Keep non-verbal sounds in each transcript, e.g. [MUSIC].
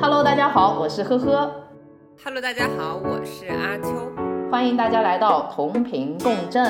Hello，大家好，我是呵呵， Hello，大家好，我是阿秋。欢迎大家来到同频共振。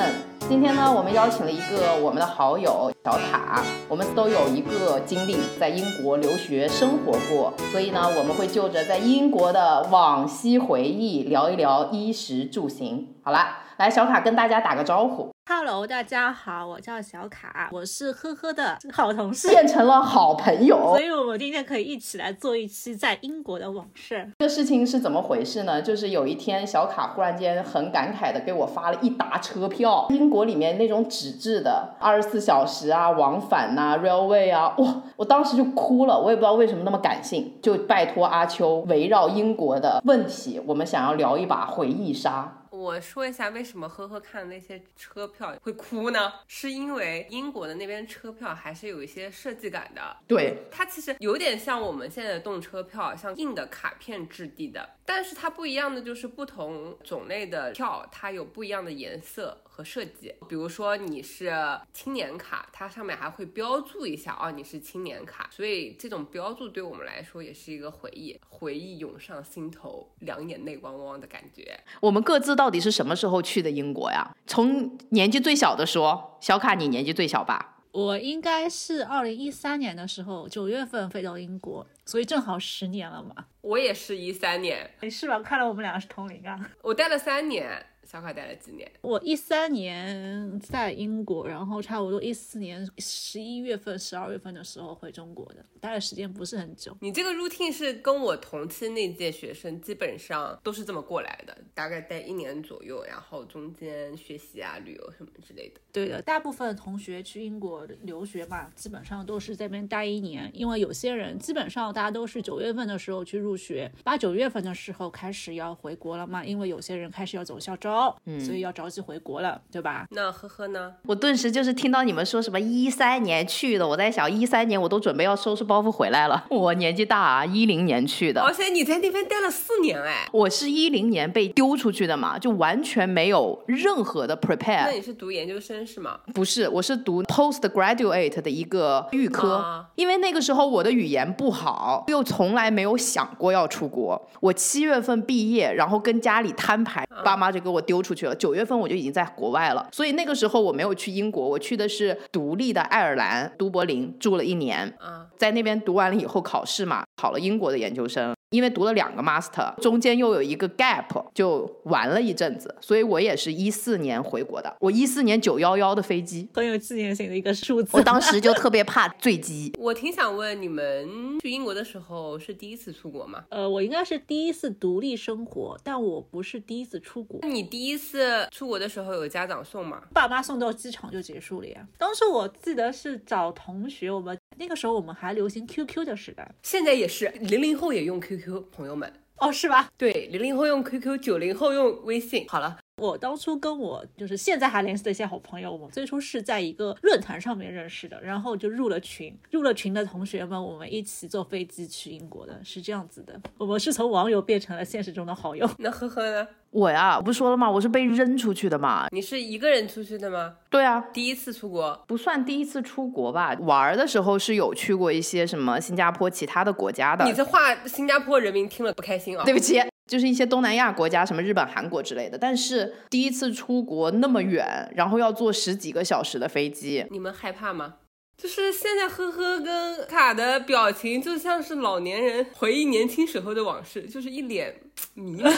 今天呢，我们邀请了一个我们的好友小塔，我们都有一个经历，在英国留学生活过，所以呢，我们会就着在英国的往昔回忆聊一聊衣食住行。好啦，来小塔跟大家打个招呼， Hello，大家好，我叫小卡，我是呵呵的好同事，变成了好朋友。所以我们今天可以一起来做一期在英国的往事。这个事情是怎么回事呢？就是有一天，小卡忽然间很感慨的给我发了一沓车票，英国里面那种纸质的，二十四小时啊，往返呐、railway 啊，哇！我当时就哭了，我也不知道为什么那么感性，就拜托阿秋围绕英国的问题，我们想要聊一把回忆杀。我说一下为什么呵呵看那些车票会哭呢？是因为英国的那边车票还是有一些设计感的，对，它其实有点像我们现在的动车票，像硬的卡片质地的，但是它不一样的就是不同种类的票，它有不一样的颜色和设计。比如说你是青年卡，它上面还会标注一下啊、你是青年卡，所以这种标注对我们来说也是一个回忆，回忆涌上心头，两眼泪汪汪的感觉。我们各自到底是什么时候去的英国呀？从年纪最小的说，小卡你年纪最小吧？我应该是二零一三年的时候九月份飞到英国，所以正好十年了嘛。我也是一三年，你哎是吧？看来我们俩是同龄啊。我待了三年，小卡待了几年？我一三年在英国，然后差不多一四年十一月份、十二月份的时候回中国的，待的时间不是很久。你这个 routine 是跟我同期那届学生基本上都是这么过来的，大概待一年左右，然后中间学习啊、旅游什么之类的。对的，大部分同学去英国留学嘛，基本上都是在那边待一年，因为有些人基本上大家都是九月份的时候去入学，八九月份的时候开始要回国了嘛，因为有些人开始要走校招，嗯所以要着急回国了，对吧？那呵呵呢？我顿时就是听到你们说什么一三年去的，我在想一三年我都准备要收拾包袱回来了。我年纪大啊，一零年去的，而且你在那边待了四年哎，我是一零年被丢出去的嘛，就完全没有任何的那 prepare。你是读研究生是吗？不是，我是读 postgraduate 的一个预科，啊因为那个时候我的语言不好，又从来没有想过要出国。我七月份毕业，然后跟家里摊牌，爸妈就给我丢出去了。九月份我就已经在国外了，所以那个时候我没有去英国，我去的是独立的爱尔兰都柏林，住了一年。啊，在那边读完了以后考试嘛，考了英国的研究生，因为读了两个 master，中间又有一个 gap，就玩了一阵子，所以我也是一四年回国的，我一四年九幺幺的飞机，很有纪念性的一个数字我。当时就特别怕坠机。我挺想问你们去英国的时候是第一次出国吗？ [LAUGHS] 呃，我应该是第一次独立生活，但我不是第一次出国。那你第一次出国的时候有家长送吗？爸妈送到机场就结束了呀。当时我记得是找同学，我们那个时候我们还流行 QQ 的时代，现在也是，零零后也用 QQ，朋友们。哦，是吧？对，零零后用 QQ，九零后用微信。好了，我当初跟我就是现在还联系的一些好朋友，我们最初是在一个论坛上面认识的，然后就入了群，入了群的同学们，我们一起坐飞机去英国的，是这样子的。我们是从网友变成了现实中的好友。那呵呵呢？我呀，我不说了吗？我是被扔出去的嘛。你是一个人出去的吗？对啊，第一次出国，不算第一次出国吧，玩儿的时候是有去过一些什么新加坡其他的国家的。你这话新加坡人民听了不开心啊、对不起，就是一些东南亚国家，什么日本、韩国之类的。但是第一次出国那么远，然后要坐十几个小时的飞机，你们害怕吗？就是现在呵呵跟卡的表情，就像是老年人回忆年轻时候的往事，就是一脸迷 [LAUGHS] 了，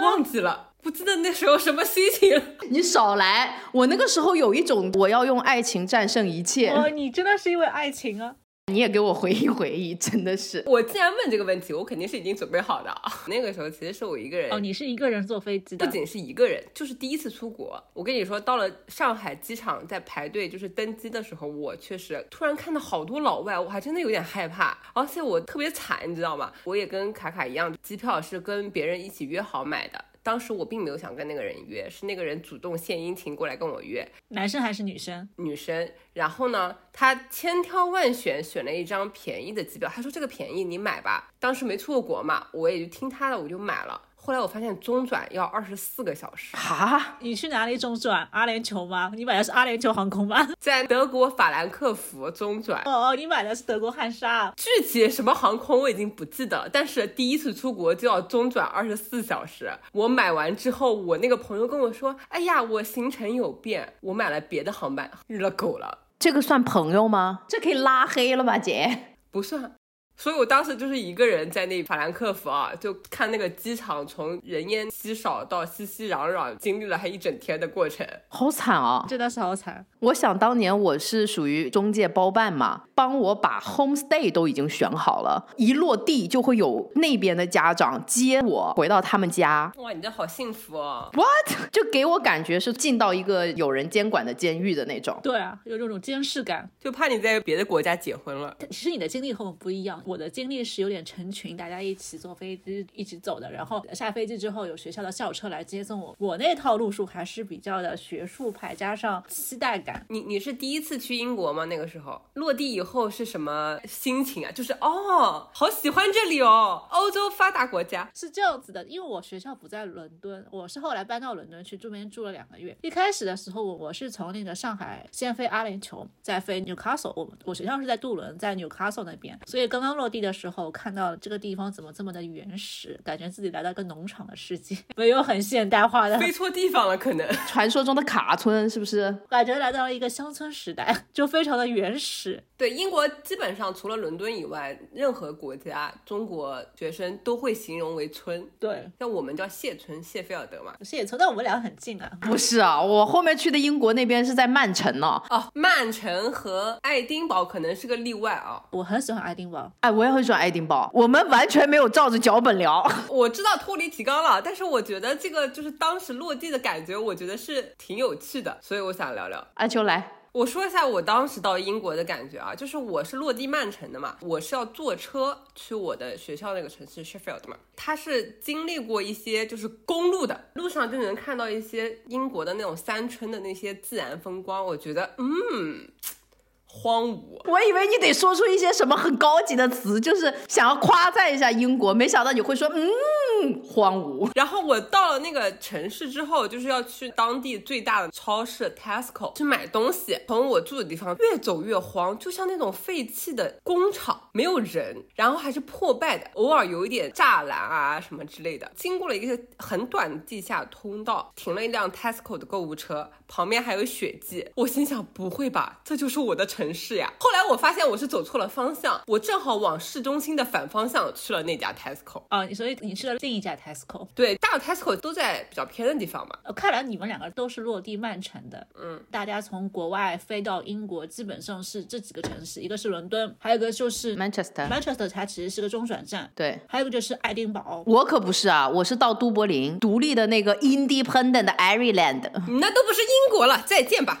忘记了，不记得那时候什么心情了。你少来！我那个时候有一种我要用爱情战胜一切，哦，你真的是因为爱情啊？你也给我回忆回忆，真的是。我既然问这个问题，我肯定是已经准备好的啊。那个时候其实是我一个人哦，你是一个人坐飞机不的。仅是一个人，就是第一次出国。我跟你说，到了上海机场，在排队就是登机的时候，我确实突然看到好多老外，我还真的有点害怕。而且我特别惨，你知道吗？我也跟卡卡一样，机票是跟别人一起约好买的。当时我并没有想跟那个人约，是那个人主动献殷勤过来跟我约。男生还是女生？女生，然后呢，她千挑万选选了一张便宜的机票，她说这个便宜你买吧。当时没出过国嘛，我也就听她的，我就买了。后来我发现中转要二十四个小时，哈，你去哪里中转？阿联酋吗？你买的是阿联酋航空吗？ [LAUGHS] 在德国法兰克福中转。哦哦，你买的是德国汉莎。啊具体什么航空我已经不记得了，但是第一次出国就要中转二十四小时。我买完之后，我那个朋友跟我说：“哎呀，我行程有变，我买了别的航班，日了狗了，这个算朋友吗？这可以拉黑了吧，姐？不算。”所以我当时就是一个人在那法兰克福啊，就看那个机场从人烟稀少到熙熙攘攘，经历了还一整天的过程。好惨啊！真的是好惨，我想当年我是属于中介包办嘛，帮我把 homestay 都已经选好了，一落地就会有那边的家长接我回到他们家。哇，你这好幸福哦！ What？就给我感觉是进到一个有人监管的监狱的那种。对啊，有这种监视感。就怕你在别的国家结婚了。但其实你的经历和我不一样，我的经历是有点成群，大家一起坐飞机一起走的，然后下飞机之后有学校的校车来接送我。我那套路数还是比较的学术派，加上期待感。你你是第一次去英国吗？那个时候落地以后是什么心情啊？就是哦，好喜欢这里哦，欧洲发达国家。是这样子的，因为我学校不在伦敦，我是后来搬到伦敦去，这边住了两个月。一开始的时候，我我是从那个上海先飞阿联酋，再飞 Newcastle。我我学校是在杜伦，在 Newcastle 那边，所以刚刚落地的时候，看到这个地方怎么这么的原始，感觉自己来到一个农场的世界，没有很现代化的飞错地方了，可能 [LAUGHS] 传说中的卡村是不是？感觉来到了一个乡村时代，就非常的原始。对英国基本上除了伦敦以外，任何国家中国学生都会形容为村，对，像我们叫谢村，谢菲尔德嘛。是也从但我们俩很近啊。不是啊，我后面去的英国那边是在曼城呢、哦，曼城和爱丁堡可能是个例外啊。我很喜欢爱丁堡，哎，我也很喜欢爱丁堡，我们完全没有照着脚本聊。 [LAUGHS] 我知道脱离提纲了，但是我觉得这个就是当时落地的感觉，我觉得是挺有趣的，所以我想聊聊。阿秋来，我说一下我当时到英国的感觉啊，就是我是落地曼城的嘛，我是要坐车去我的学校那个城市 Sheffield 嘛，它是经历过一些就是公路的，路上就能看到一些英国的那种山村的那些自然风光，我觉得嗯，荒芜。我以为你得说出一些什么很高级的词，就是想要夸赞一下英国，没想到你会说嗯，荒芜。然后我到了那个城市之后，就是要去当地最大的超市 Tesco 去买东西。从我住的地方越走越荒，就像那种废弃的工厂，没有人，然后还是破败的，偶尔有一点栅栏啊什么之类的。经过了一个很短的地下通道，停了一辆 Tesco 的购物车，旁边还有血迹。我心想，不会吧，这就是我的城市呀！后来我发现我是走错了方向，我正好往市中心的反方向去了那家 Tesco。啊，你所以你去了另一家 Tesco。对，大 Tesco 都在比较偏的地方嘛。呃看来你们两个都是落地曼城的，嗯，大家从国外飞到英国，基本上是这几个城市，一个是伦敦，还有一个就是 Manchester， Manchester，它其实是个中转站，对。还有一个就是爱丁堡。我可不是啊，我是到都柏林独立的那个 independent 的 Ireland。你嗯那都不是英国了，再见吧。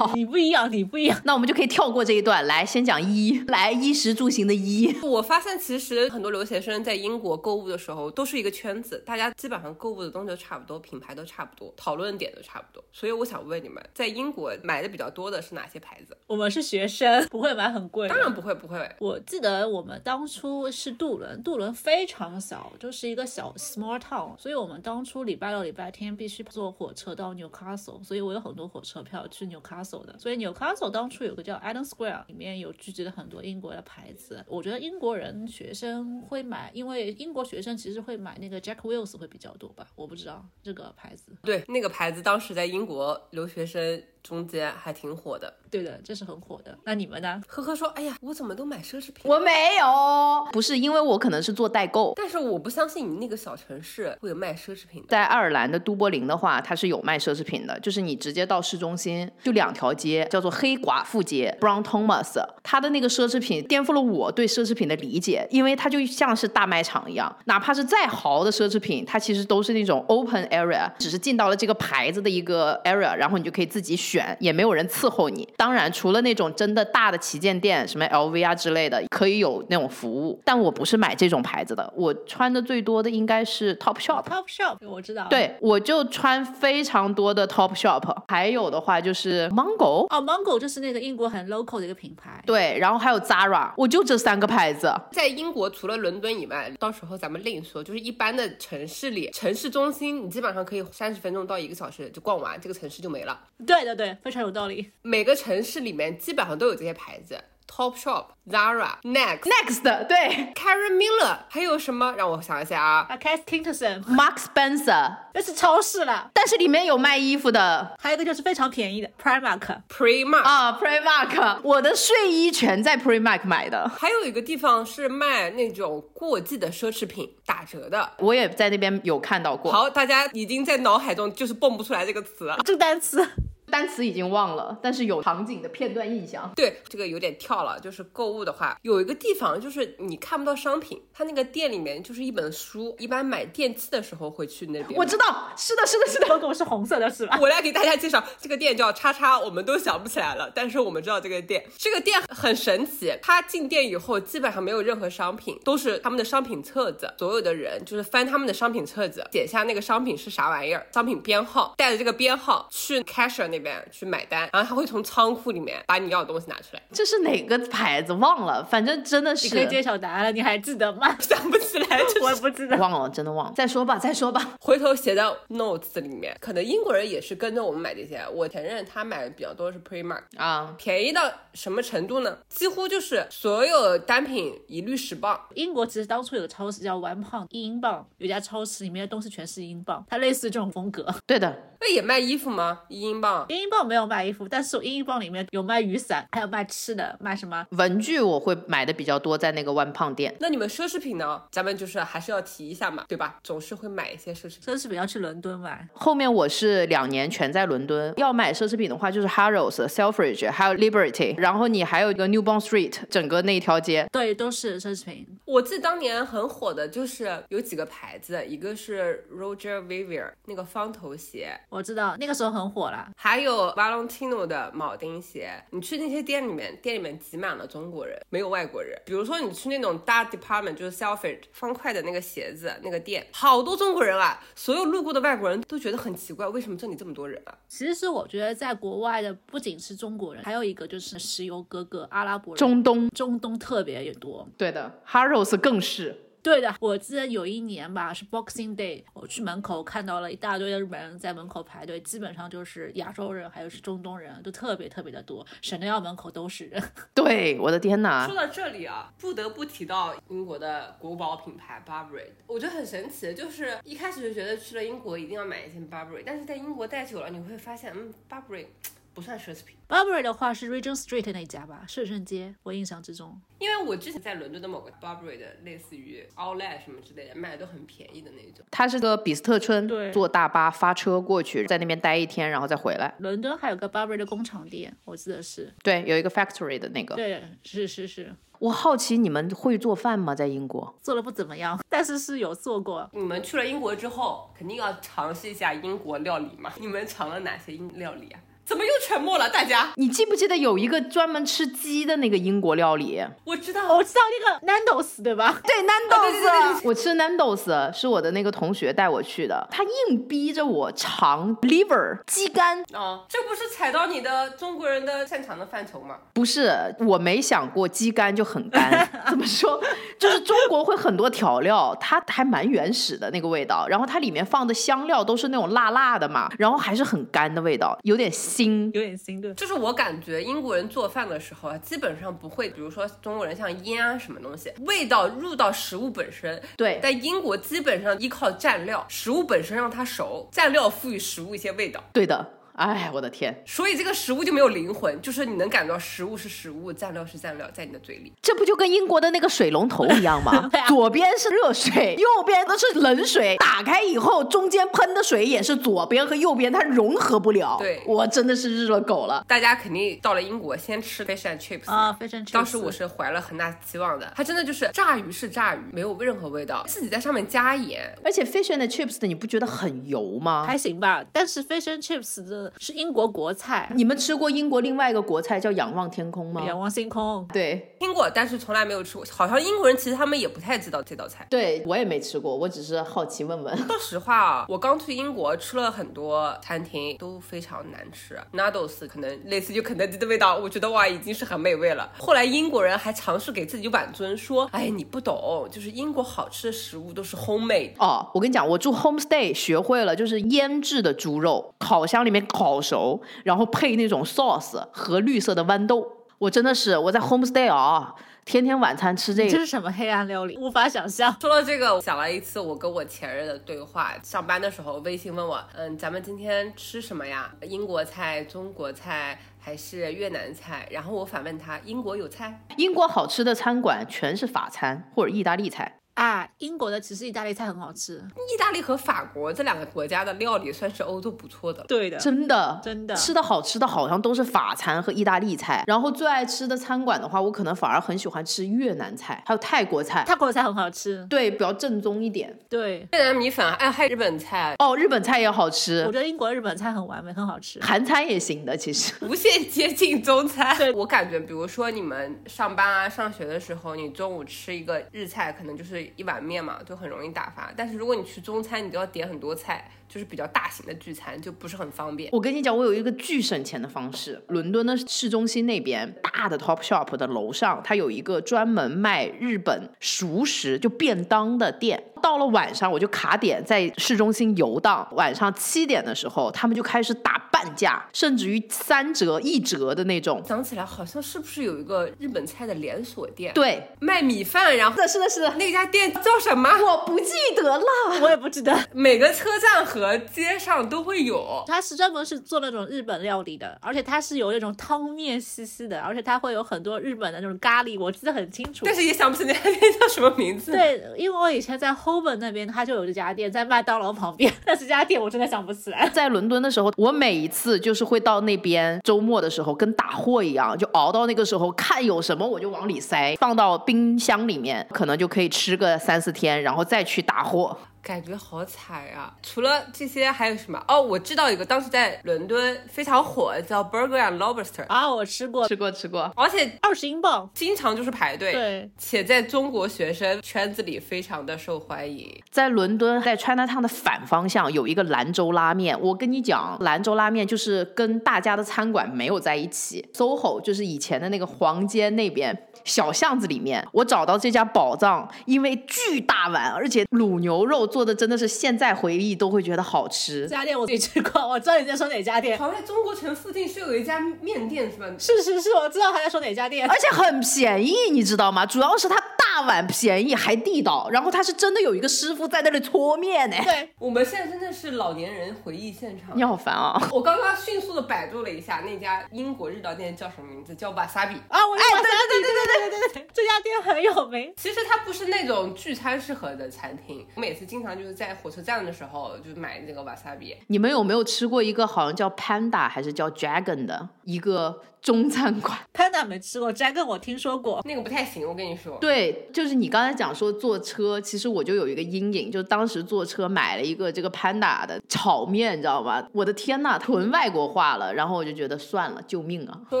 你不一样，你不一样。那我们就可以跳过这一段，来先讲衣，来衣食住行的衣。我发现其实很多留学生在英国购物的时候都是一个圈子，大家基本上购物的东西都差不多，品牌都差不多，讨论点都差不多。所以我想问你们，在英国买的比较多的是哪些牌子？我们是学生，不会买很贵的。当然不会，不会。我记得我们当初是杜伦，杜伦非常小，就是一个小 small town，所以我们当初礼拜六、礼拜天必须坐火车到 Newcastle，所以我有很多火车票去 Newcastle 的。所以 Newcastle 当初有个叫 Adam Square，里面有聚集了很多英国的牌子。我觉得英国人学生会买，因为英国学生其实会买那个 Jack Wills 会比较多吧，我不知道这个牌子。对，那个牌子当时在英国留学生中间还挺火的。对的，这是很火的。那你们呢？呵呵说，哎呀，我怎么都买奢侈品？我没有，不是因为我可能是做代购，但是我不相信你那个小城市会有卖奢侈品的。在爱尔兰的都柏林的话，它是有卖奢侈品的，就是你直接到市中心，就两条街，叫做黑寡妇街 （Brown Thomas）。它的那个奢侈品颠覆了我对奢侈品的理解，因为它就像是大卖场一样，哪怕是再豪的奢侈品，它其实都是那种 open area，只是进到了这个牌子的一个 area，然后你就可以自己选。选，也没有人伺候你。当然，除了那种真的大的旗舰店，什么 LV 啊之类的，可以有那种服务，但我不是买这种牌子的，我穿的最多的应该是 Topshop。 Top Shop 我知道，，对，我就穿非常多的 Topshop，还有的话就是 Mango，哦，Mango 就是那个英国很 local 的一个品牌，对，然后还有 Zara，我就这三个牌子。在英国除了伦敦以外，到时候咱们另说。就是一般的城市里，城市中心你基本上可以三十分钟到一个小时就逛完，这个城市就没了。对对对，非常有道理。每个城市里面基本上都有这些牌子：Topshop、Zara、Next、 Next，对 Karen Miller，还有什么？让我想一下啊，啊 c a s t i n g t o s o n ，Mark Spencer，那是超市啦，但是里面有卖衣服的，还有一个就是非常便宜的 Primark， Primark。啊、p r i m a r k 我的睡衣全在 Primark 买的，还有一个地方是卖那种过季的奢侈品，打折的。我也在那边有看到过。，好，大家已经在脑海中就是蹦不出来这个词了。这个单词单词已经忘了，但是有场景的片段印象。对，这个有点跳了。就是购物的话，有一个地方就是你看不到商品，它那个店里面就是一本书。一般买电器的时候会去那边。我知道，是的，是的，是的。 logo 是红色的是吧？我来给大家介绍这个店叫叉叉，我们都想不起来了，但是我们知道这个店，这个店很神奇。它进店以后基本上没有任何商品，都是他们的商品册子。所有的人就是翻他们的商品册子，写下那个商品是啥玩意儿，商品编号，带着这个编号去 cashier 那边去买单，然后他会从仓库里面把你要的东西拿出来。 [LAUGHS] 这是哪个牌子？忘了，反正真的你可以揭是晓答案了，你还记得吗？ [LAUGHS] 想不起来，就是我也不记得。忘了，真的忘了。再说吧，再说吧。回头写到 notes 里面。可能英国人也是跟着我们买这些。啊我前任他买的比较多是 Primark，啊、便宜到什么程度呢？几乎就是所有单品一律十磅。英国其实当初有个超市叫 One Pound 一英镑，有一家超市里面的东西全是英镑，它类似于这种风格。对的，那也卖衣服吗？一英镑？英英镑没有卖衣服，但是我英英镑里面有卖雨伞，还有卖吃的，卖什么？文具我会买的比较多，在那个 One Pound 店。那你们奢侈品呢？咱们就是还是要提一下嘛，对吧？总是会买一些奢侈品。奢侈品要去伦敦买，后面我是两年全在伦敦，要买奢侈品的话就是 Harrods、Selfridge，还有 Liberty，然后你还有一个 New Bond Street，整个那一条街。对，都是奢侈品。我记得当年很火的就是有几个牌子，一个是 Roger Vivier 那个方头鞋，我知道那个时候很火啦，还有 Valentino 的铆钉鞋，你去那些店里面，店里面挤满了中国人，没有外国人。比如说你去那种大 department，就是 Selfridge 方块的那个鞋子那个店，好多中国人啊！所有路过的外国人都觉得很奇怪，为什么这里这么多人啊？其实是我觉得在国外的不仅是中国人，还有一个就是石油哥哥、阿拉伯人、中东，中东特别也多。对的，Harrods 更是。对的，我记得有一年吧，是 Boxing Day，我去门口看到了一大堆的日本人在门口排队，基本上就是亚洲人，还有是中东人，都特别特别的多。神奈尔门口都是人，对，我的天哪说！到这里啊，不得不提到英国的国宝品牌 Burberry，我觉得很神奇，就是一开始就觉得去了英国一定要买一件 Burberry，但是在英国待久了，你会发现，嗯，Burberry 不算奢侈品。 Burberry 的话是 Regent Street 那一家吧，摄政街，我印象之中。因为我之前在伦敦的某个 Burberry 的类似于 Outlet 什么之类的，卖的都很便宜的那种。他是个比斯特村，对坐大巴发车过去，在那边待一天，然后再回来。伦敦还有个 Burberry 的工厂店，我记得是，对，有一个 factory 的那个。对，是是是，我好奇你们会做饭吗？在英国？做的不怎么样，但是是有做过。你们去了英国之后，肯定要尝试一下英国料理嘛？你们尝了哪些英料理啊？怎么又沉默了？大家，你记不记得有一个专门吃鸡的那个英国料理？我知道哦我知道那个 Nando's 对吧？对，Nando's，、啊对对对对我吃 Nando's 是我的那个同学带我去的，他硬逼着我尝 liver 鸡肝，啊、这不是踩到你的中国人的擅长的范畴吗？不是，我没想过鸡肝就很 [LAUGHS] 干，怎么说？就是中国会很多调料，它还蛮原始的那个味道，然后它里面放的香料都是那种辣辣的嘛，然后还是很干的味道，有点腥。有点心对。就是我感觉英国人做饭的时候啊，基本上不会，比如说中国人像腌啊什么东西，味道入到食物本身。对在英国基本上依靠蘸料，食物本身让它熟，蘸料赋予食物一些味道。对的，哎，我的天，所以这个食物就没有灵魂，就是你能感到食物是食物，蘸料是蘸料，在你的嘴里。这不就跟英国的那个水龙头一样吗 [LAUGHS] 对啊？左边是热水， [LAUGHS] 右边都是冷水，打开以后中间喷的水也是左边和右边它融合不了。对我真的是日了狗了。大家肯定到了英国先吃 fish and chips 啊，fish and chips 当时我是怀了很大期望的，它真的就是炸鱼是炸鱼，没有任何味道，自己在上面加盐。而且 fish and chips 的你不觉得很油吗？还行吧，但是 fish and chips 的的是英国国菜，你们吃过英国另外一个国菜叫仰望天空吗？仰望星空。对听过，但是从来没有吃过。好像英国人其实他们也不太知道这道菜。对，我也没吃过，我只是好奇问问。说实话啊，我刚去英国吃了很多餐厅，都非常难吃。Nando's 可能类似于肯德基的味道，我觉得哇已经是很美味了。后来英国人还尝试给自己挽尊，说：“哎，你不懂，就是英国好吃的食物都是 homemade。”哦，我跟你讲，我住 homestay 学会了，就是腌制的猪肉，烤箱里面烤熟，然后配那种 sauce 和绿色的豌豆。我真的是我在 homestay 啊、天天晚餐吃这这个。是什么黑暗料理？无法想象。说到这个，我想了一次我跟我前任的对话。上班的时候，微信问我，嗯，咱们今天吃什么呀？英国菜、中国菜还是越南菜？然后我反问他，英国有菜？英国好吃的餐馆全是法餐或者意大利菜。啊，英国的其实意大利菜很好吃。意大利和法国这两个国家的料理算是欧洲不错的了。对的啊真的，真的吃的好吃的好像都是法餐和意大利菜，然后最爱吃的餐馆的话，我可能反而很喜欢吃越南菜，还有泰国菜，泰国菜很好吃。对，比较正宗一点。对，越南米粉，哎，还有日本 [LAUGHS] 菜，哦，日本菜也好吃我，觉得英国日本菜很完美，很 [LAUGHS] 好吃。韩餐也行的，其实。无限接近中餐。对我感觉，比如说你们上班啊、上学的时候，你中午吃一个日菜，可能就是一碗面嘛，就很容易打发。但是如果你去中餐，你都要点很多菜，就是比较大型的聚餐，就不是很方便。我跟你讲，我有一个巨省钱的方式。伦敦的市中心那边大的 Top Shop 的楼上，它有一个专门卖日本熟食就便当的店。到了晚上，我就卡点在市中心游荡。晚上七点的时候，他们就开始打半价，甚至于三折、一折的那种。想起来好像是不是有一个日本菜的连锁店，，对，卖米饭，然后是的，是的，是的，那家店叫什么？我不记得了。我也不知道，每个车站和街上都会有。它是专门是做那种日本料理的，而且它是有那种汤面兮兮的，而且它会有很多日本的那种咖喱，我记得很清楚但。是也想不起那家店叫什么名字。，对，因为我以前在 Holborn 那边，它就有这家店，在麦当劳旁边。 [LAUGHS] 但是这家店我真的想不 [LAUGHS] 起来。在伦敦的时候，我每一次就是会到那边周末的时候，跟打货一样，就熬到那个时候，看有什么我就往里塞，放到冰箱里面，可能就可以吃个三四天，然后再去打货。感觉好惨啊！除了这些还有什么？哦，我知道一个，当时在伦敦非常火，叫 Burger and Lobster，啊，我吃过，吃过吃过，而且二十英镑。经常就是排队。。对，且在中国学生圈子里非常的受欢迎，在伦敦，在 China Town 的反方向有一个兰州拉面。我跟你讲，兰州拉面就是跟大家的餐馆没有在一起。SOHO 就是以前的那个黄街那边小巷子里面，我找到这家宝藏，因为巨大碗，而且卤牛肉做的真的是现在回忆都会觉得好吃这。家店我也吃过，我知道你在说哪家店。好像在中国城附近是有一家面店是吧？是是是，我知道他在说哪家店而。且很便宜，你知道吗？主要是它大碗便宜还地道，然后它是真的有一个师傅在那里搓面呢。对，我们现在真的是老年人回忆现场你。好烦啊！我刚刚迅速的百度了一下那家英国日料店叫什么名字，叫 Wasabi。啊，我哎，对对对对对对对对，这家店很有名。其实它不是那种聚餐适合的餐厅，我每次经常就是在火车站的时候就买那个瓦萨比，你们有没有吃过一个好像叫 Panda 还是叫 Dragon 的一个中餐馆？ [LAUGHS] Panda 没吃过，Dragon 我听说过。那个不太行，我跟你说。对，就是你刚才讲说坐车，其实我就有一个阴影，就当时坐车买了一个这个 Panda 的炒面，你知道吗？我的天呐，纯外国化了。然后我就觉得算了，救命啊！说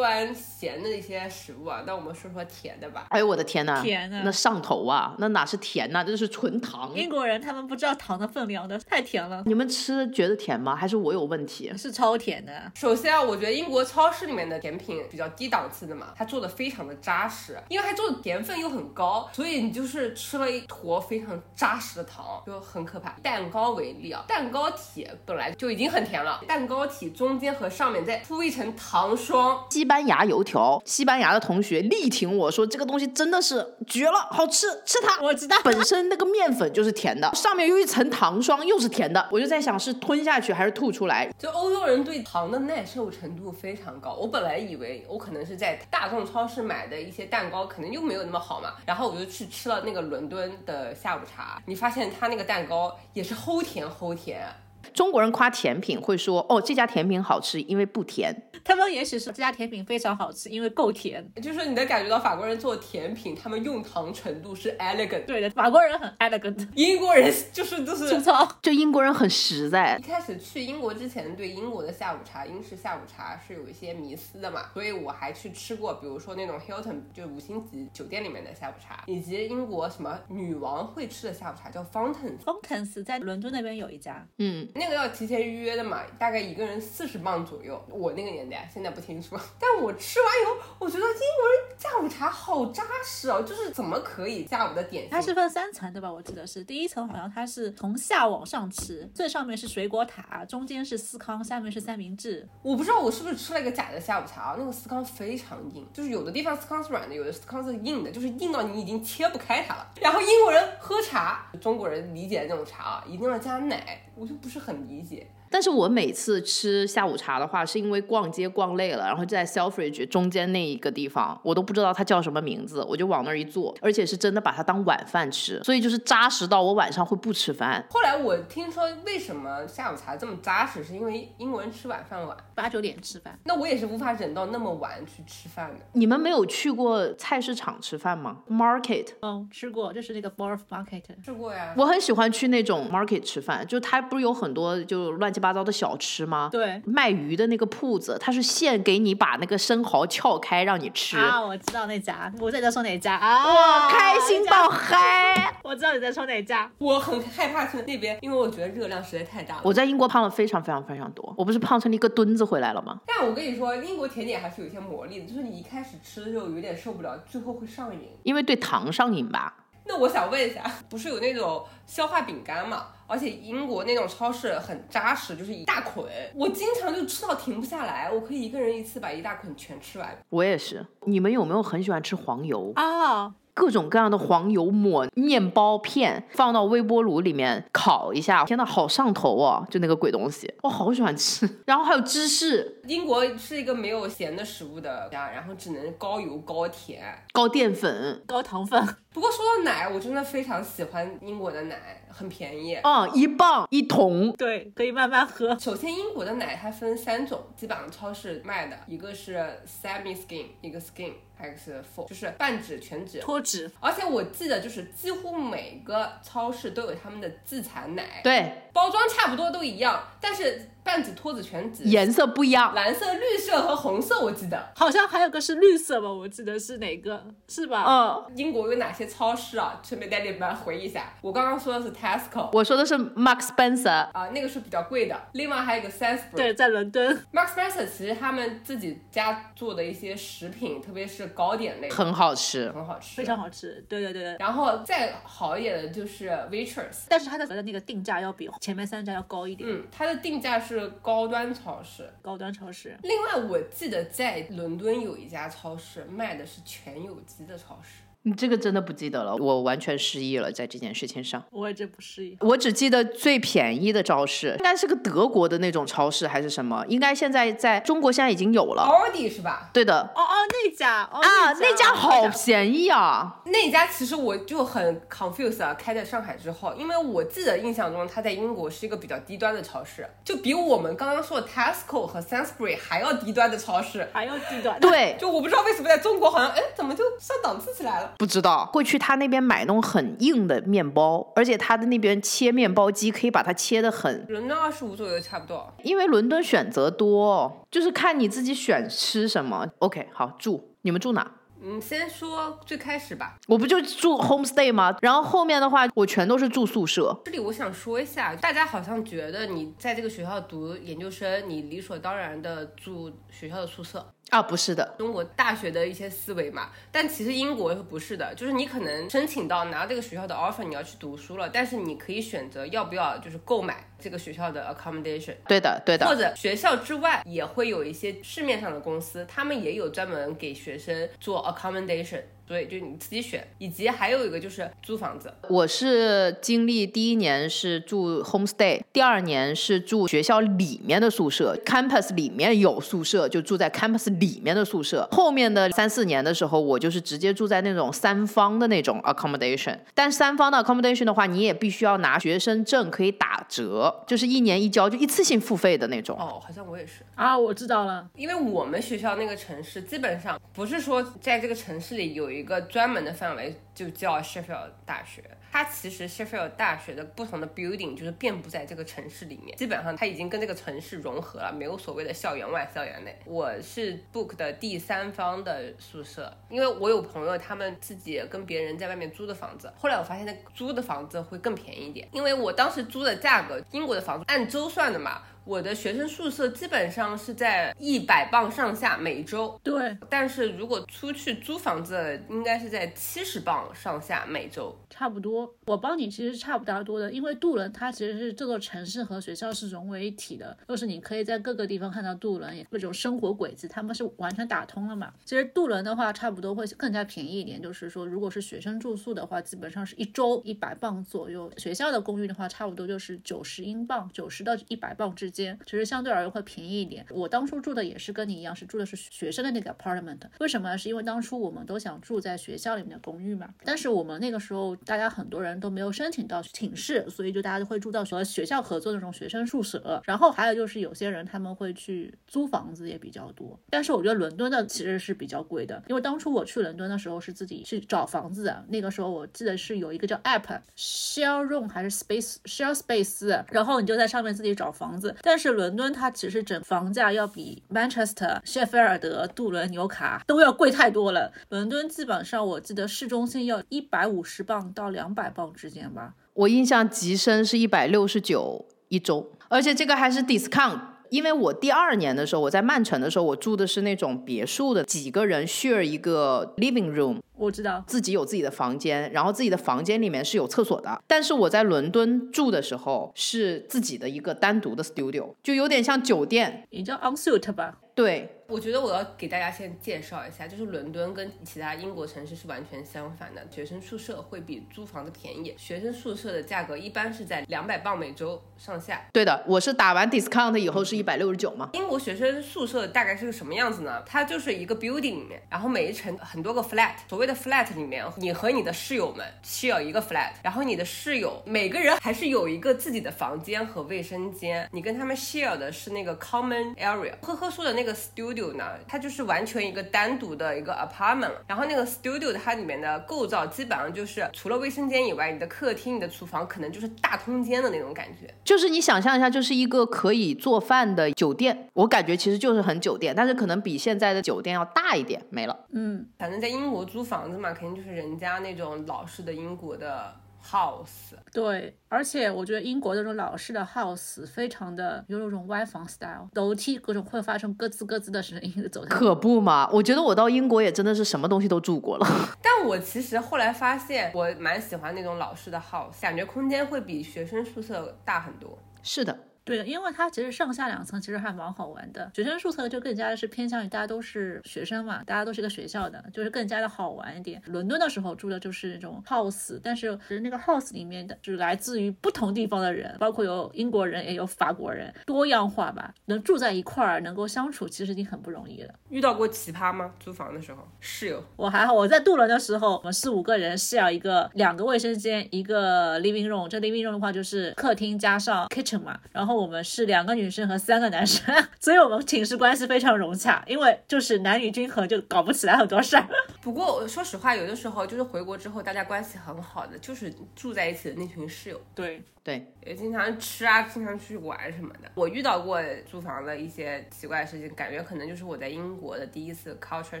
完咸的一些食物啊，那我们说说甜的吧。哎呦我的天呐，甜啊那上头啊，那哪是甜呐、这是纯糖。英国人他们不知道糖的分量的，太甜了，你们吃觉得甜吗？还是我有问题？是超甜的。首先啊，我觉得英国超市里面的甜品比较低档次的嘛，它做的非常的扎实，因为它做的甜分又很高，所以你就是吃了一坨非常扎实的糖，就很可怕。蛋糕为例啊，蛋糕体本来就已经很甜了，蛋糕体中间和上面再铺一层糖霜，西班牙油条，西班牙的同学力挺我说这个东西真的是绝了，好吃，吃它。我知道， [LAUGHS] 本身那个面粉就是甜的，上面又一层糖霜，又是甜的，我就在想是吞下去还是吐出来。就欧洲人对糖的耐受程度非常高。我本来以为我可能是在大众超市买的一些蛋糕，可能又没有那么好嘛。然后我就去吃了那个伦敦的下午茶，你发现它那个蛋糕也是齁甜齁甜。 [LAUGHS] 中国人夸甜品会说哦，这家甜品好吃，因为不甜。他们也许是这家甜品非常好吃，因为够甜。就是你能感觉到法国人做甜品，他们用糖程度是 [LAUGHS] elegant，对的，法国人很 elegant，英国人就是就粗是。糙。就英国人很实在一，开始去英国之前，对英国的下午茶、英式下午茶是有一些迷思的嘛，所以我还去吃过，比如说那种 Hilton 就是五星级酒店里面的下午茶，以及英国什么女王会吃的下午茶叫 Fountains， Fountains 在伦敦那边有一家，嗯，那个要提前预约的嘛，大概一个人四十磅左右。我那个年代，现在不清楚。 [LAUGHS] 但我吃完以后，我觉得英国人下午茶好扎实哦，就是怎么可以下午的点心？它是分三层对吧？我记得是第一层好像它是从下往上吃，最上面是水果塔，中间是司康，下面是三明治。我不知道我是不是吃了一个假的下午茶啊，那个司康非常硬，就是有的地方司康是软的，有的司康是硬的，就是硬到你已经切不开它了。然后英国人喝茶，中国人理解的那种茶啊，一定要加奶，我就不是很理解。但是我每次吃下午茶的话，是因为逛街逛累了，然后就在 Selfridge 中间那一个地方，我都不知道它叫什么名字，我就往那儿一坐，而且是真的把它当晚饭吃，所以就是扎实到我晚上会不吃饭。后来我听说为什么下午茶这么扎实，是因为英国人吃晚饭晚。八九点吃饭，那我也是无法忍到那么晚去吃饭的。你们没有去过菜市场吃饭吗？Market。嗯，吃过，就是那个 Borough Market，吃过呀，我很喜欢去那种 market 吃饭，就它不是有很多就乱七八糟的小吃吗？对，卖鱼的那个铺子，它是现给你把那个生蚝撬开让你吃，啊，我知道那家，我在道说哪家啊？哇，开心那家到！嗨！我知道你在说哪家，我很害怕去那边，因为我觉得热量实在太大了。我在英国胖了非常非常非常多，我不是胖成了一个墩子回来了吗？但我跟你说，英国甜点还是有一些魔力的，就是你一开始吃的时候有点受不了，最后会上瘾。因为对糖上瘾吧。那我想问一下，不是有那种消化饼干嘛？而且英国那种超市很扎实，就是一大捆，我经常就吃到停不下来，我可以一个人一次把一大捆全吃完。我也是，你们有没有很喜欢吃黄油？哦，各种各样的黄油抹面包片，放到微波炉里面烤一下，天呐，好上头哦！就那个鬼东西，我好喜欢吃。然后还有芝士，英国是一个没有咸的食物的家，然后只能高油高甜。高淀粉，高糖分，不过说到奶，我真的非常喜欢英国的奶，很便宜。啊，一磅一桶。 [LAUGHS] 对，可以慢慢喝。首先，英国的奶它分三种，基本上超市卖的，一个是 semi skim，一个 skim，还有一个是 full，就是半脂、全脂。脱脂，而且我记得，就是几乎每个超市都有他们的自产奶，对，包装差不多都一样，但是半脂、脱脂、全脂，颜色不一样。蓝色、绿色和红色，我记得。好像还有个是绿色吧？我记得是哪个？是吧？嗯，英国有哪些超市啊？顺便带你们回忆一下。我刚刚说的是 Tesco 我说的是 Max Spencer，啊、那个是比较贵的。另外还有一个 Sainsbury，对，在伦敦， Max Spencer 其实他们自己家做的一些食品，特别是糕点类，很好吃。很好吃非。常好吃。对对对对。然后再好一点的就是 Waitrose，但是它的那个定价要比前面三家要高一点，嗯，它的定价是高端超市。高端超市。另外，我记得在伦敦有一家超市卖的是全有机的超市。你这个真的不记得了，我完全失忆了，在这件事情上。我也真不适应。我只记得最便宜的超市，应该是个德国的那种超市还是什么？应该现在在中国现在已经有了。 Aldi 是吧？对的哦哦，那家哦啊，哦那家好那家便宜啊！那家其实我就很 confused 啊，开在上海之后，因为我记得印象中它在英国是一个比较低端的超市，就比我们刚刚说的 Tesco 和 Sainsbury 还要低端的超市。还要低端。，对，就我不知道为什么在中国好像哎怎么就上档次起来了。不知道会去他那边买那种很硬的面包，而且他的那边切面包机可以把它切的很伦敦二十五左右差不多。因为伦敦选择多，就是看你自己选吃什么。OK，好住，你们住哪？嗯，先说最开始吧。我不就住 homestay 吗？然后后面的话，我全都是住宿舍。这里我想说一下，大家好像觉得你在这个学校读研究生，你理所当然的住学校的宿舍，啊，不是的，中国大学的一些思维嘛。但其实英国不是的，就是你可能申请到拿这个学校的 offer，你要去读书了，但是你可以选择要不要就是购买这个学校的 accommodation。对的，对或的，者学校之外也会有一些市面上的公司，他们也有专门给学生做 accommodation。所以就你自己选。以及还有一个就是租房子，我是经历第一年是住 homestay，第二年是住学校里面的宿舍，campus 里面有宿舍，就住在 campus 里面的宿舍。后面的三四年的时候，我就是直接住在那种三方的那种 accommodation，但三方的 accommodation 的话，你也必须要拿学生证，可以打折，就是一年一交，就一次性付费的那种。哦，好像我也是，啊，我知道了，因为我们学校那个城市基本上不是说在这个城市里有一个专门的范围就叫 Sheffield 大学，它其实 Sheffield 大学的不同的 building 就是遍布在这个城市里面，基本上它已经跟这个城市融合了，没有所谓的校园外、校园内。我是 book 的第三方的宿舍，因为我有朋友他们自己跟别人在外面租的房子，后来我发现那租的房子会更便宜一点，因为我当时租的价格，英国的房子按周算的嘛。我的学生宿舍基本上是在一百磅上下每周，对，但是如果出去租房子，应该是在七十磅上下每周。差不多。我帮你其实差不大多的，因为杜伦它其实是这座城市和学校是融为一体的，就是你可以在各个地方看到杜伦也各种生活轨迹，他们是完全打通了嘛。其实杜伦的话，差不多会更加便宜一点，就是说如果是学生住宿的话，基本上是一周一百磅左右；学校的公寓的话，差不多就是九十英镑，九十到一百磅之间，其实相对而言会便宜一点。我当初住的也是跟你一样，是住的是学生的那个 apartment，为什么？是因为当初我们都想住在学校里面的公寓嘛，但是我们那个时候大家很多人都没有申请到寝室，所以就大家就会住到和学校合作的那种学生宿舍。然后还有就是有些人他们会去租房子也比较多，但是我觉得伦敦的其实是比较贵的，因为当初我去伦敦的时候是自己去找房子的，那个时候我记得是有一个叫 App Share Room 还是 Space Share Space，然后你就在上面自己找房子。但是伦敦它其实整房价要比 Manchester、谢菲尔德、杜伦、纽卡都要贵太多了。伦敦基本上我记得市中心要一百五十磅到两百磅之间吧。我印象极深是一百六十九一周，而且这个还是 discount。因为我第二年的时候，我在曼城的时候，我住的是那种别墅的，几个人 share 一个 living room，我知道，自己有自己的房间，然后自己的房间里面是有厕所的。但是我在伦敦住的时候，是自己的一个单独的 studio，就有点像酒店。也叫 unsuit 吧。对，我觉得我要给大家先介绍一下，就是伦敦跟其他英国城市是完全相反的。学生宿舍会比租房子便宜，学生宿舍的价格一般是在两百磅每周上下。对的，我是打完 discount 以后是一百六十九嘛。英国学生宿舍大概是个什么样子呢？它就是一个 building 里面，然后每一层很多个 flat。所谓的 flat 里面，你和你的室友们 share 一个 flat，然后你的室友每个人还是有一个自己的房间和卫生间，你跟他们 share 的是那个 common area。呵呵说的那个 studio 呢，它就是完全一个单独的一个 apartment。然后那个 studio 它里面的构造基本上就是除了卫生间以外，你的客厅、你的厨房可能就是大通间的那种感觉。就是你想象一下，就是一个可以做饭的酒店，我感觉其实就是很酒店，但是可能比现在的酒店要大一点。没了，嗯，反正在英国租房子嘛，肯定就是人家那种老式的英国的 house。对。而且我觉得英国的这种老式的 house 非常的有那种歪房 style，楼梯各种会发生咯吱咯吱的声音，走下可不嘛！我觉得我到英国也真的是什么东西都住过了。但我其实后来发现，我蛮喜欢那种老式的 house，感觉空间会比学生宿舍大很多。是的，对的，因为它其实上下两层其实还蛮好玩的。学生宿舍就更加是偏向于大家都是学生嘛，大家都是一个学校的，就是更加的好玩一点。伦敦的时候住的就是那种 house，但是其实那个 house 里面的是来自于不同地方的人，包括有英国人也有法国人，多样化吧。能住在一块儿，能够相处，其实已经很不容易了。遇到过奇葩吗？租房的时候，室友我还好，我在渡轮的时候，我们四五个人是要一个两个卫生间，一个 living room。这 living room 的话就是客厅加上 kitchen 嘛。然后我们是两个女生和三个男生，所以我们寝室关系非常融洽，因为就是男女均衡，就搞不起来很多事儿。不过说实话，有的时候就是回国之后，大家关系很好的，就是住在一起的那群室友，对，对，也经常吃啊，经常出去玩什么的。我遇到过租房的一些奇怪的事情，感觉可能就是我在英国的第一次 culture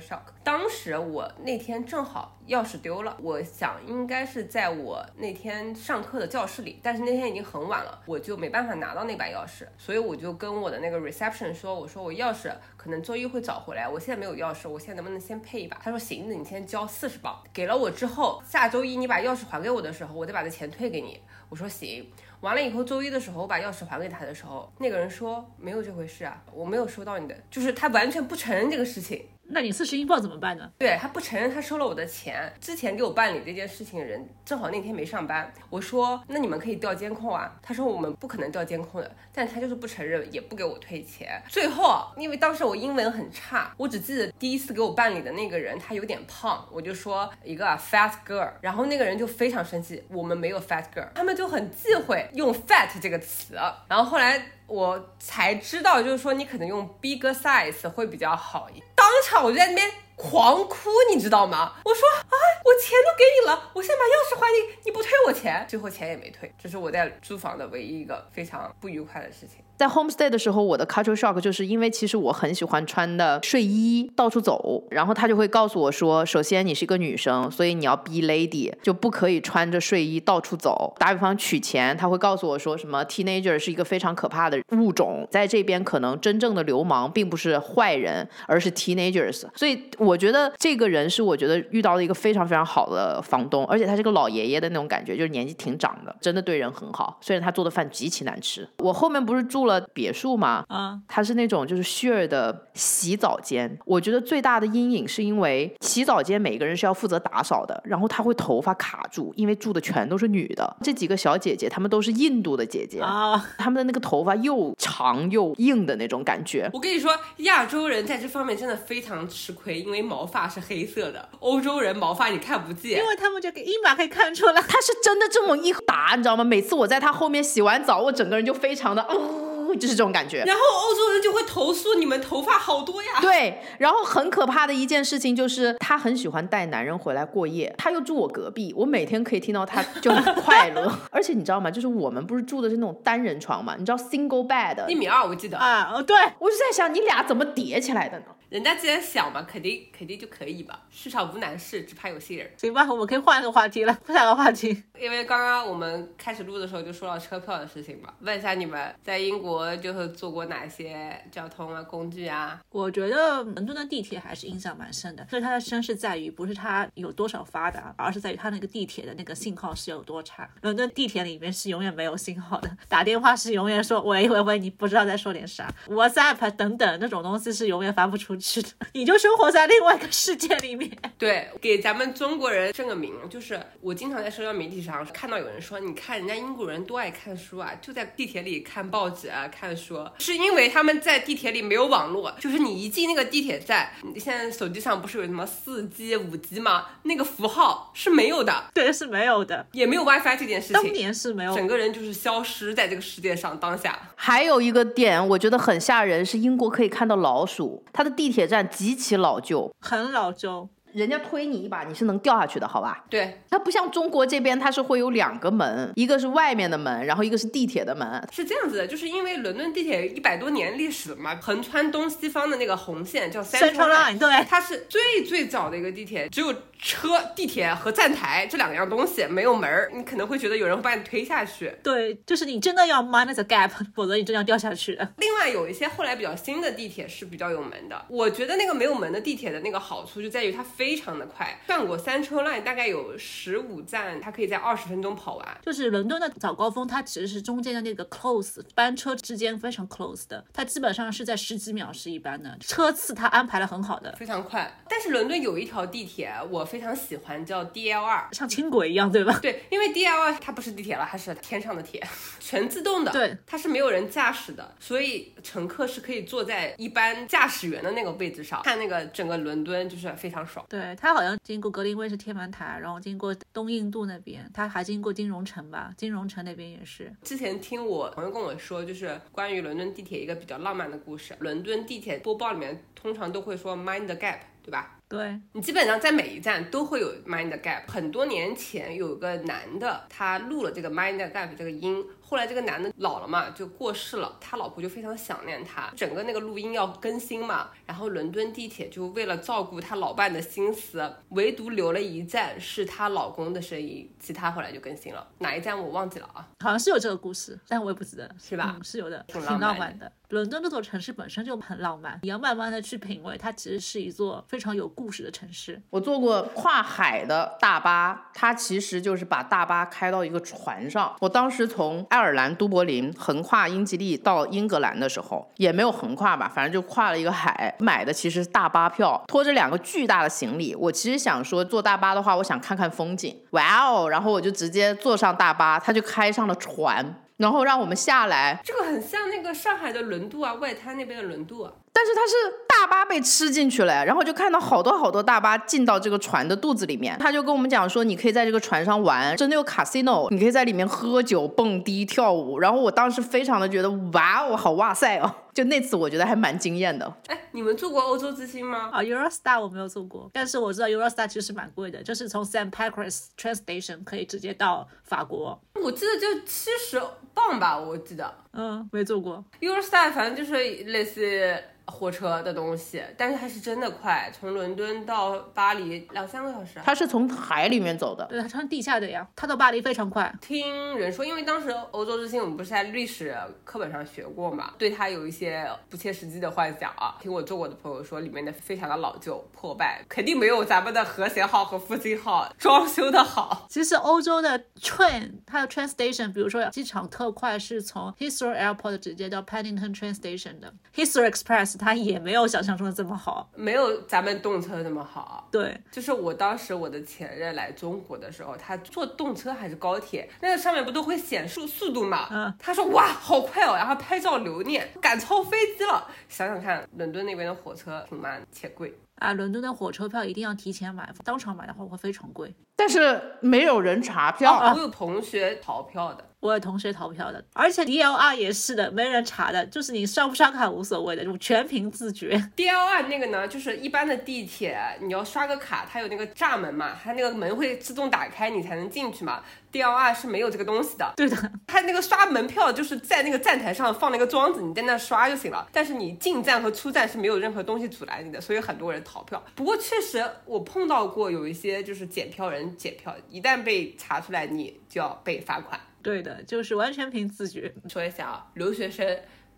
shock。当时我那天正好钥匙丢了，我想应该是在我那天上课的教室里，但是那天已经很晚了，我就没办法拿到那把钥匙，所以我就跟我的那个 reception 说，我说我钥匙可能周一会找回来，我现在没有钥匙，我现在能不能先配一把？他说行，那你先交四十磅，给了我之后，下周一你把钥匙还给我的时候，我再把这钱退给你。我说行。完了以后，周一的时候我把钥匙还给他的时候，那个人说没有这回事啊，我没有收到你的，就是他完全不承认这个事情。那你四十英镑怎么办呢？对他不承认他收了我的钱，之前给我办理这件事情的人正好那天没上班，我说那你们可以调监控啊，他说我们不可能调监控的，但他就是不承认，也不给我退钱。最后因为当时我英文很差，我只记得第一次给我办理的那个人他有点胖，我就说一个 fat girl，然后那个人就非常生气，我们没有 fat girl，他们就很忌讳用 fat 这个词，然后后来。我才知道，就是说你可能用 big size 会比较好一点。当场我就在那边狂哭，你知道吗？我说啊，我钱都给你了，我现在把钥匙还你，你不退我钱，最后钱也没退。这是我在租房的唯一一个非常不愉快的事情。在 homestay 的时候，我的 culture shock 就是因为其实我很喜欢穿的睡衣到处走，然后他就会告诉我说，首先你是一个女生，所以你要 be lady，就不可以穿着睡衣到处走。打比方取钱，他会告诉我说什么 teenager 是一个非常可怕的物种，在这边可能真正的流氓并不是坏人，而是 teenagers。所以我觉得这个人是我觉得遇到了一个非常非常好的房东，而且他是个老爷爷的那种感觉，就是年纪挺长的，真的对人很好。虽然他做的饭极其难吃，我后面不是住了别墅嘛，啊，它是那种就是 share 的洗澡间。我觉得最大的阴影是因为洗澡间每个人是要负责打扫的，然后他会头发卡住，因为住的全都是女的。这几个小姐姐她们都是印度的姐姐，啊，她们的那个头发又长又硬的那种感觉。我跟你说，亚洲人在这方面真的非常吃亏，因为毛发是黑色的，欧洲人毛发你看不见因。为他们这个一码可以看出来，她是真的这么一打，你知道吗？每次我在她后面洗完澡，我整个人就非常的哦，就是这种感觉。然后欧洲人就会投诉你们头发好 [LAUGHS] 多呀。对，然后很可怕的一件事情就是，她很喜欢带男人回来过夜，她又住我隔壁，我每天可以听到她就很快 [LAUGHS] 乐。而且你知道吗？就是我们不是住的是那种单人床嘛，你知道 single bed，一米二，我记得，啊，哦，对，我就在想你俩怎么叠起来的呢？人家既然想嘛，肯定肯定就可以吧。世上无难事，只怕有心人。行吧，我们可以换一个话题了，换个话题。因为刚刚我们开始录的时候就说到车票的事情嘛，问一下你们在英国就是坐过哪些交通啊、工具啊？我觉得伦敦的地铁还是印象蛮深的，对它的深是在于不是它有多少发达，而是在于它那个地铁的那个信号是有多差。伦敦地铁里面是永远没有信号的，打电话是永远说喂喂喂，你不知道在说点啥，WhatsApp 等等那种东西是永远发不出去的，你就生活在另外一个世界里面。对，给咱们中国人正个名，就是我经常在社交媒体上看到有人说，你看人家英国人多爱看书啊，就在地铁里看报纸啊、看书，是因为他们在地铁里没有网络，就是你一进那个地铁站，你现在手机上不是有什么四 G、五 G 吗？那个符号是没有的，对，是没有的，也没有 WiFi 这件事当情，年是没有整个人就是消失在这个世界上当下。还有一个点，我觉得很吓人，是英国可以看到老鼠，它的地铁站极其老旧，很老旧。人家推你一把，你是能掉下去的，好吧？对，它不像中国这边，它是会有两个门，一个是外面的门，然后一个是地铁的门，是这样子的，就是因为伦敦地铁一百多年历史了嘛，横穿东西方的那个红线叫 Central Central Line。 Line 对，它是最最早的一个地铁，只有车、地铁和站台这两样东西，没有门儿，你可能会觉得有人会把你推下去。对，就是你真的要 mind the gap，否则你真的要掉下去的。另外有一些后来比较新的地铁是比较有门的，我觉得那个没有门的地铁的那个好处就在于它非常的快，上过三车 line 大概有十五站，它可以在二十分钟跑完。就是伦敦的早高峰，它其实是中间的那个 close 班车之间非常 close 的，它基本上是在十几秒是一班的，车次它安排的很好的，非常快，但是伦敦有一条地铁我非常喜欢，叫 DL 二。像轻轨一样，对吧？ [LAUGHS] 对，因为 D L 它不是地铁了，它是天上的铁，全自动的，对，它是没有人驾驶的，所以乘客是可以坐在一般驾驶员的那个位置上，看那个整个伦敦就是非常爽。对，它好像经过格林威治天文台，然后经过东印度那边，它还经过金融城吧？金融城那边也是，之前听我朋友跟我说，就是关于伦敦地铁一个比较浪漫的故事。伦敦地铁播报里面通常都会说 mind the gap，对吧？对，你基本上在每一站都会有 mind the gap。很多年前有个男的，他录了这个 mind the gap 这个音，后来这个男的老了嘛，就过世了，他老婆就非常想念他，整个那个录音要更新嘛，然后伦敦地铁就为了照顾他老伴的心思，唯独留了一站是她老公的声音，其他后来就更新了，哪一站我忘记了啊。好像是有这个故事，但我也不记得了，是吧嗯，是有的，挺浪漫挺的浪漫的。伦敦这座城市本身就很浪漫，你要慢慢的去品味，它其实是一座非常有故事的城市。我坐过跨海的大巴，它其实就是把大巴开到一个船上。我当时从爱尔兰都柏林横跨英吉利到英格兰的时候，也没有横跨吧，反正就跨了一个海。买的其实是大巴票，拖着两个巨大的行李。我其实想说，坐大巴的话，我想看看风景。哇哦！然后我就直接坐上大巴，他就开上了船。然后让我们下来，这个很像那个上海的轮渡啊，外滩那边的轮渡、啊。但是它是大巴被吃进去了，然后就看到好多好多大巴进到这个船的肚子里面。他就跟我们讲说，你可以在这个船上玩，真的有 casino，你可以在里面喝酒、蹦迪、跳舞。然后我当时非常的觉得，哇哦，好哇塞哦！就那次我觉得还蛮惊艳的。哎，你们住过欧洲之星吗？啊，Eurostar 我没有坐过，但是我知道 Eurostar 其实蛮贵的，就是从 St Pancras train station 可以直接到法国。我记得就七十磅吧，我记得。嗯，没坐过。 Eurostar 反正就是类似。火车的东西，但是它是真的快，从伦敦到巴黎两三个小时。啊它是从海里面走的，对，它穿地下的呀。它到巴黎非常快。听人说，因为当时欧洲之星我们不是在历史课本上学过嘛，对它有一些不切实际的幻想啊。听我做过的朋友说，里面的非常的老旧破败，肯定没有咱们的和谐号和复兴号装修的好。其实欧洲的 train，它的 train station，比如说机场特快是从 Heathrow Airport 直接到 Paddington Train Station 的 Heathrow Express。它也没有想象中的这么好，没有咱们动车那么好。啊对，就是我当时我的前任来中国的时候，他坐动车还是高铁，那个上面不都会显示速度嘛？嗯，他说哇好快哦，然后拍照留念，赶超飞机了。想想看，伦敦那边的火车挺慢且贵。啊，伦敦的火车票一定要提前买，当场买的话会非常贵。但是没有人查票，哦、我有同学逃票的，我有同学逃票的，而且 DLR 也是的，没人查的，就是你刷不刷卡无所谓的，就全凭自觉。 [LAUGHS] DLR 那个呢，就是一般的地铁，你要刷个卡，它有那个闸门嘛，它那个门会自动打开，你才能进去嘛。DLR 是没有这个东西的，对的，它那个刷门票就是在那个站台上放了一个桩子，你在那刷就行了。但是你进站和出站是没有任何东西阻拦你的，所以很多人逃票。不过确实我碰到过有一些就是检票人检票，一旦被查出来，你就要被罚款。对的，就是完全凭自觉。说一下啊，留学生。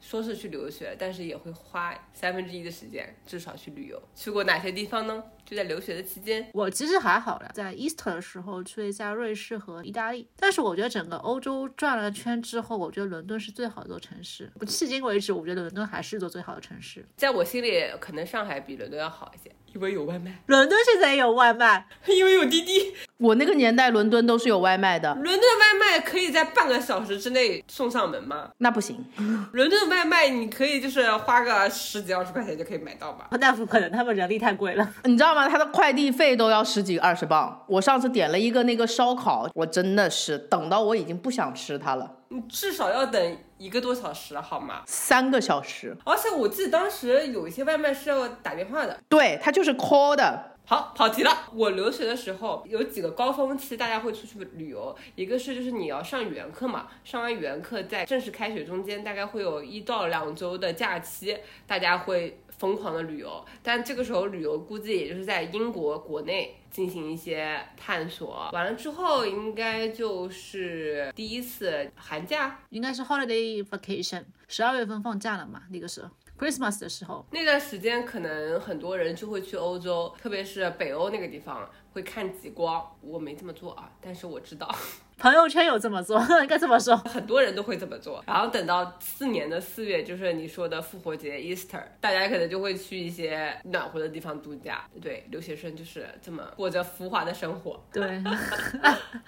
说是去留学，但是也会花三分之一的时间，至少去旅游。去过哪些地方呢？就在留学的期间，我其实还好了，在 Easter 的时候去了一下瑞士和意大利。但是我觉得整个欧洲转了圈之后，我觉得伦敦是最好的座城市。迄今为止，我觉得伦敦还是座最好的城市。在我心里，可能上海比伦敦要好一些，因为有外卖。伦敦现在也有外卖，因为有滴滴。我那个年代，伦敦都是有外卖的。伦敦外卖可以在半个小时之内送上门吗？那不行。伦敦外卖你可以就是花个十几二十块钱就可以买到吧？那不可能，他们人力太贵了。你知道吗？他的快递费都要十几二十磅。我上次点了一个那个烧烤，我真的是等到我已经不想吃它了。你至少要等一个多小时，好吗？三个小时。而且我记得当时有一些外卖是要打电话的。对，它就是 call 的。好，跑题了。我留学的时候有几个高峰期，大家会出去旅游。一个是就是你要上语言课嘛，上完语言课在正式开学中间，大概会有一到两周的假期，大家会疯狂的旅游。但这个时候旅游估计也就是在英国国内进行一些探索。完了之后，应该就是第一次寒假，应该是 holiday vacation，十二月份放假了嘛，那个时候。Christmas 的时候，那段时间可能很多人就会去欧洲，特别是北欧那个地方会看极光。我没这么做啊，但是我知道朋友圈有这么做， [LAUGHS] 应该这么说，很多人都会这么做。然后等到四年的四月，就是你说的复活节 Easter，大家可能就会去一些暖和的地方度假。对，留学生就是这么过着浮华的生活。对，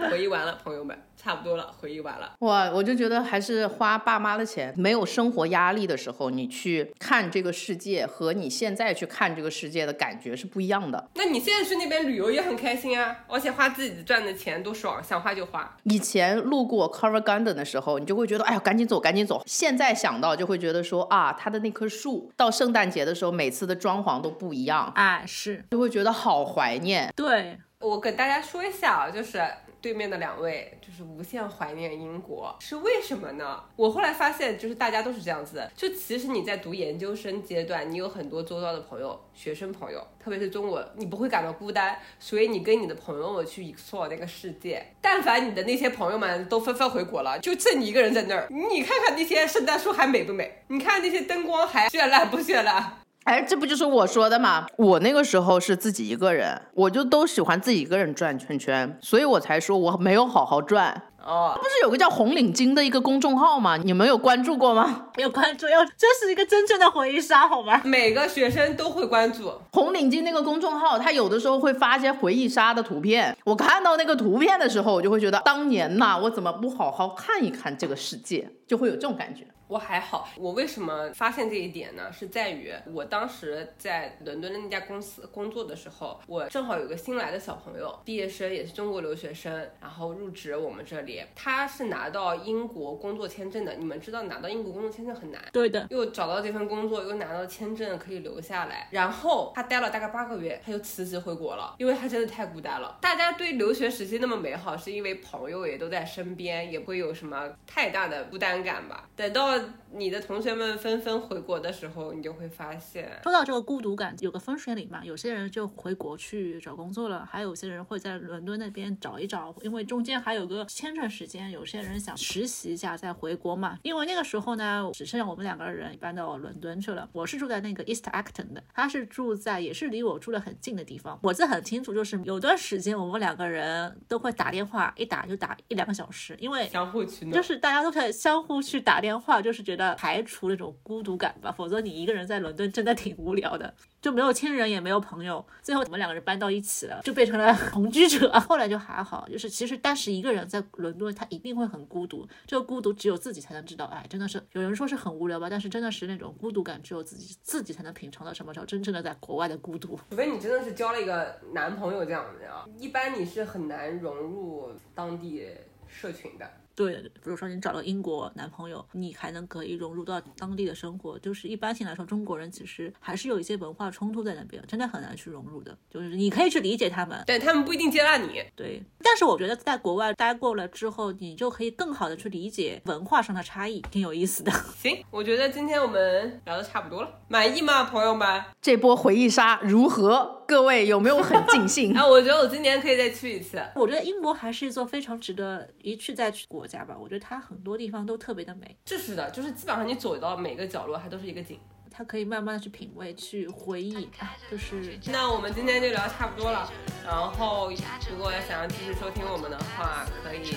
回忆完了，朋友们，差不多了，回忆完了。哇，我就觉得还是花爸妈的钱，没有生活压力的时候，你去。看这个世界和你现在去看这个世界的感觉是不一样的。那你现在去那边旅游也很开心啊，而且花自己赚的钱多爽，想花就花。以前路过 Cover Garden 的时候，你就会觉得哎呀赶紧走赶紧走。现在想到就会觉得说啊，它的那棵树到圣诞节的时候，每次的装潢都不一样，哎是，就会觉得好怀念。对，我跟大家说一下啊，就是。对面的两位就是无限怀念英国，是为什么呢？我后来发现，就是大家都是这样子的。就其实你在读研究生阶段，你有很多周遭的朋友、学生朋友，特别是中国，你不会感到孤单，所以你跟你的朋友们去 explore 那个世界。但凡你的那些朋友们都纷纷回国了，就剩你一个人在那儿，你看看那些圣诞树还美不美？你看那些灯光还绚烂不绚烂？哎，这不就是我说的嘛？我那个时候是自己一个人，我就都喜欢自己一个人转圈圈，所以我才说我没有好好转。哦，不是有个叫红领巾的一个公众号吗？你们有关注过吗？没有关注，要这是一个真正的回忆杀，好吗？每个学生都会关注，红领巾那个公众号，它有的时候会发一些回忆杀的图片。我看到那个图片的时候，我就会觉得当年呐，我怎么不好好看一看这个世界，就会有这种感觉。我还好。我为什么发现这一点呢？是在于我当时在伦敦的那家公司工作的时候，我正好有个新来的小朋友，毕业生也是中国留学生，然后入职我们这里。他是拿到英国工作签证的，你们知道拿到英国工作签证很难。对的，又找到这份工作，又拿到签证可以留下来，然后他待了大概八个月，他就辞职回国了，因为他真的太孤单了。大家对留学时期那么美好，是因为朋友也都在身边，也不会有什么太大的孤单感吧？等到你的同学们纷纷回国的时候，你就会发现，说到这个孤独感，有个分水岭嘛，有些人就回国去找工作了，还有些人会在伦敦那边找一找，因为中间还有个签证时间，有些人想实习一下再回国嘛。因为那个时候呢，只剩下我们两个人搬到伦敦去了。我是住在那个 East Acton 的，他是住在也是离我住的很近的地方。我记得很清楚，就是有段时间我们两个人都会打电话，一打就打一两个小时，因为相互取暖，就是大家都可以相互去打电话，就是觉得排除那种孤独感吧，否则你一个人在伦敦真的挺无聊的，就没有亲人也没有朋友。最后我们两个人搬到一起了，就变成了同居者。 [LAUGHS] 后来就还好，就是其实当时一个人在伦敦，他一定会很孤独，这个孤独只有自己才能知道。哎，真的是有人说是很无聊吧，但是真的是那种孤独感，只有自己自己才能品尝到什么叫真正的在国外的孤独。除非你真的是交了一个男朋友这样的啊，一般你是很难融入当地社群的。对的，比如说你找了英国男朋友，你还能可以融入到当地的生活。就是一般性来说，中国人其实还是有一些文化冲突在那边，真的很难去融入的。就是你可以去理解他们，对他们不一定接纳你，对。但是我觉得在国外待过了之后，你就可以更好的去理解文化上的差异，挺有意思的。 [LAUGHS] 行，我觉得今天我们聊的差不多了，满意吗，朋友们？这波回忆杀如何？各位有没有很尽 [LAUGHS] 兴？啊，我觉得我今年可以再去一次。我觉得英国还是一座非常值得一去再去的国家吧。我觉得它很多地方都特别的美，这是的，就是基本上你走到每个角落，它都是一个景。它可以慢慢的去品味、去回忆，啊、就是那我们今天就聊差不多了，然后如果想要继续收听我们的话，可以去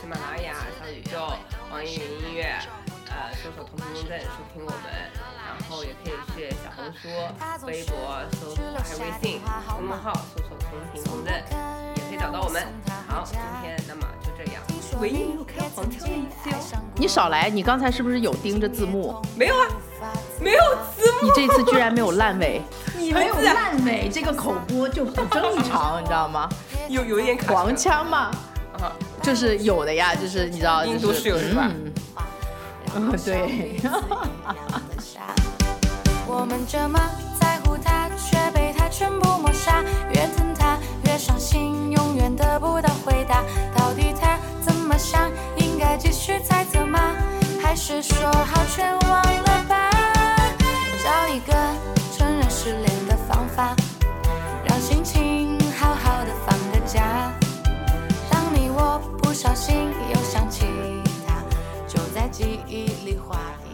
喜马拉雅、小宇宙、网易云音乐，呃，搜索“同频共振”收听我们，然后也可以去小红书、微博搜索，还有微信公众号搜索“同频共振”，也可以找到我们。好，今天那么就这样，唯一没有开黄腔的一期哦，你少来，你刚才是不是有盯着字幕？没有啊，没有字 [LAUGHS] 幕，你这次居然没有烂尾，你没们有自烂尾，这个口播就不正常，你知道 [LAUGHS] 吗？有有一点卡黄壳腔嘛，啊，就是有的呀，就是你知道，印就度室友是吧？嗯， [LAUGHS] 对。我们这么在乎他，却被他全部抹杀。越疼他越伤心，永远得不到回答。到底他怎么想？应该继续猜测吗？还是说好全忘了吧？找一个承认失恋的方法，让心情好好的放个假。当你我不小心又想起他，就在记忆里画一。